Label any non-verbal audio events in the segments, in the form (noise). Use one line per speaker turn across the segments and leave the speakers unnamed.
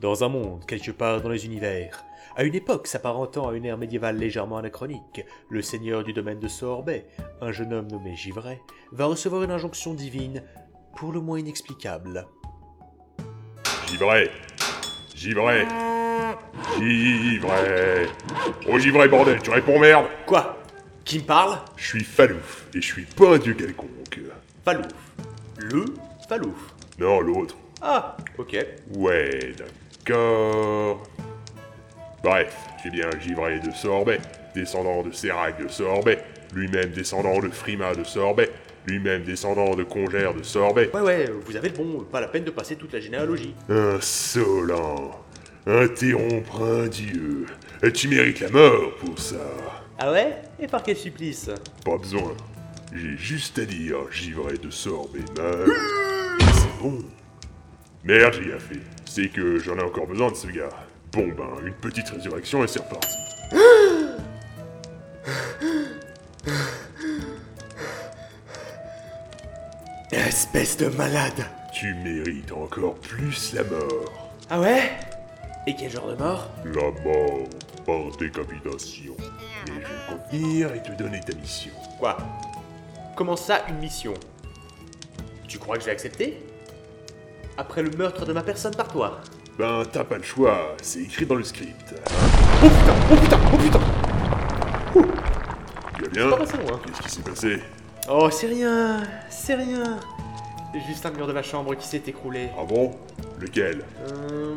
Dans un monde, quelque part dans les univers, à une époque s'apparentant à une ère médiévale légèrement anachronique, le seigneur du domaine de Sorbet, un jeune homme nommé Givray, va recevoir une injonction divine, pour le moins inexplicable.
Givray Givray Givray Oh Givray bordel, tu réponds merde
Quoi Qui me parle
Je suis Falouf, et je suis pas un dieu quelconque.
Falouf. Le Falouf.
Non, l'autre.
Ah, ok.
Ouais, d'accord. Bref, tu es bien Givray de Sorbet, descendant de Sérac de Sorbet, lui-même descendant de Frima de Sorbet, lui-même descendant de Congère de Sorbet.
Ouais, ouais, vous avez le bon, pas la peine de passer toute la généalogie.
Insolent Interrompre un dieu Tu mérites la mort pour ça
Ah ouais Et par quel supplice
Pas besoin. J'ai juste à dire Givray de Sorbet, mal. C'est bon. Merde, j'ai bien fait. C'est que j'en ai encore besoin de ce gars. Bon ben, une petite résurrection et c'est reparti.
Espèce de malade
Tu mérites encore plus la mort.
Ah ouais Et quel genre de mort
La mort par décapitation. Et je vais te contenir et te donner ta mission.
Quoi Comment ça, une mission Tu crois que je vais accepter Après le meurtre de ma personne par toi
Ben, t'as pas le choix, c'est écrit dans le script. Oh putain, oh putain, oh putain Ouh. oh Tu vas bien
Pas passé loin.
Qu'est-ce qui s'est passé
Oh, c'est rien C'est rien Juste un mur de ma chambre qui s'est écroulé.
Ah bon Lequel
Euh,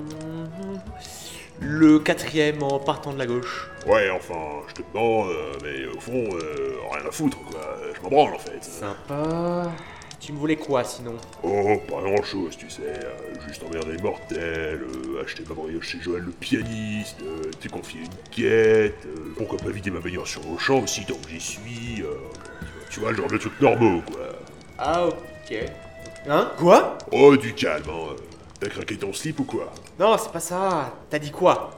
Le quatrième en partant de la gauche.
Ouais, enfin, je te demande, euh, mais au fond, euh, rien à foutre, quoi. Je m'en branle, en fait.
Sympa. Tu me voulais quoi sinon
Oh, pas grand-chose, tu sais. euh, Juste emmerder les mortels, euh, acheter ma brioche chez Joël le pianiste, euh, te confier une quête, euh, pourquoi pas vider ma baignoire sur mon champ aussi, tant que j'y suis. euh, tu vois, le genre de trucs normaux, quoi.
Ah ok. Hein Quoi
Oh, du calme, hein. T'as craqué ton slip ou quoi
Non, c'est pas ça. T'as dit quoi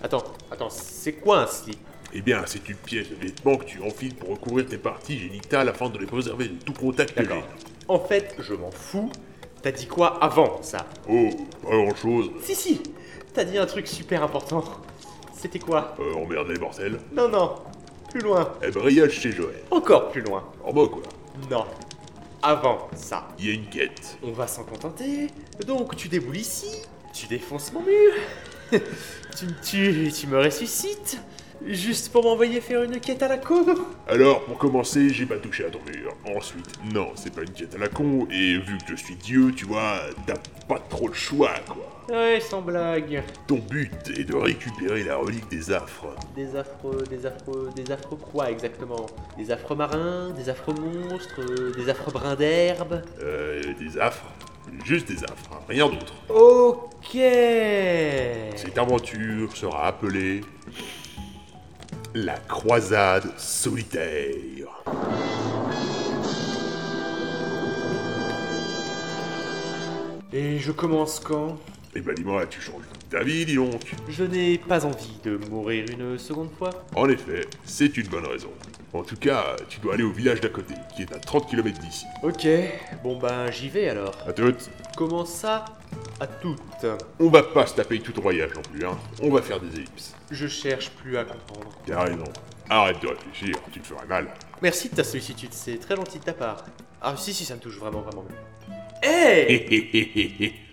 Attends, attends, c'est quoi un slip
Eh bien, c'est une pièce de vêtement que tu enfiles pour recouvrir tes parties génitales afin de les préserver de tout contact
D'accord. En fait, je m'en fous. T'as dit quoi avant ça
Oh, pas grand-chose.
Si si. T'as dit un truc super important. C'était quoi
Euh, emmerder les mortels.
Non non. Plus loin.
Eh, brillage chez Joël.
Encore plus loin.
En bas, quoi.
Non. Avant ça.
Il y a une quête.
On va s'en contenter. Donc tu déboules ici, tu défonces mon mur, (laughs) tu me tues, tu me ressuscites, juste pour m'envoyer faire une quête à la con.
Alors, pour commencer, j'ai pas touché à ton mur. Ensuite, non, c'est pas une quête à la con, et vu que je suis Dieu, tu vois, t'as pas trop le choix, quoi.
Ouais, sans blague.
Ton but est de récupérer la relique des affres.
Des affreux, des affreux, des affreux quoi exactement Des affreux marins, des affreux monstres, euh, des affreux brins d'herbe.
Euh, des affres Juste des affres, hein, rien d'autre.
Ok.
Cette aventure sera appelée la croisade solitaire.
Et je commence quand
Eh ben dis-moi, tu changes ta vie, dis donc.
Je n'ai pas envie de mourir une seconde fois.
En effet, c'est une bonne raison. En tout cas, tu dois aller au village d'à côté, qui est à 30 km d'ici.
Ok, bon ben j'y vais alors.
À toutes.
Comment ça à toutes
On va pas se taper tout ton voyage non plus, hein. On va faire des ellipses.
Je cherche plus à comprendre.
T'as raison. Arrête de réfléchir, tu te ferais mal.
Merci de ta sollicitude, c'est très gentil de ta part. Ah si si ça me touche vraiment vraiment. Hé
Hé hé hé hé hé.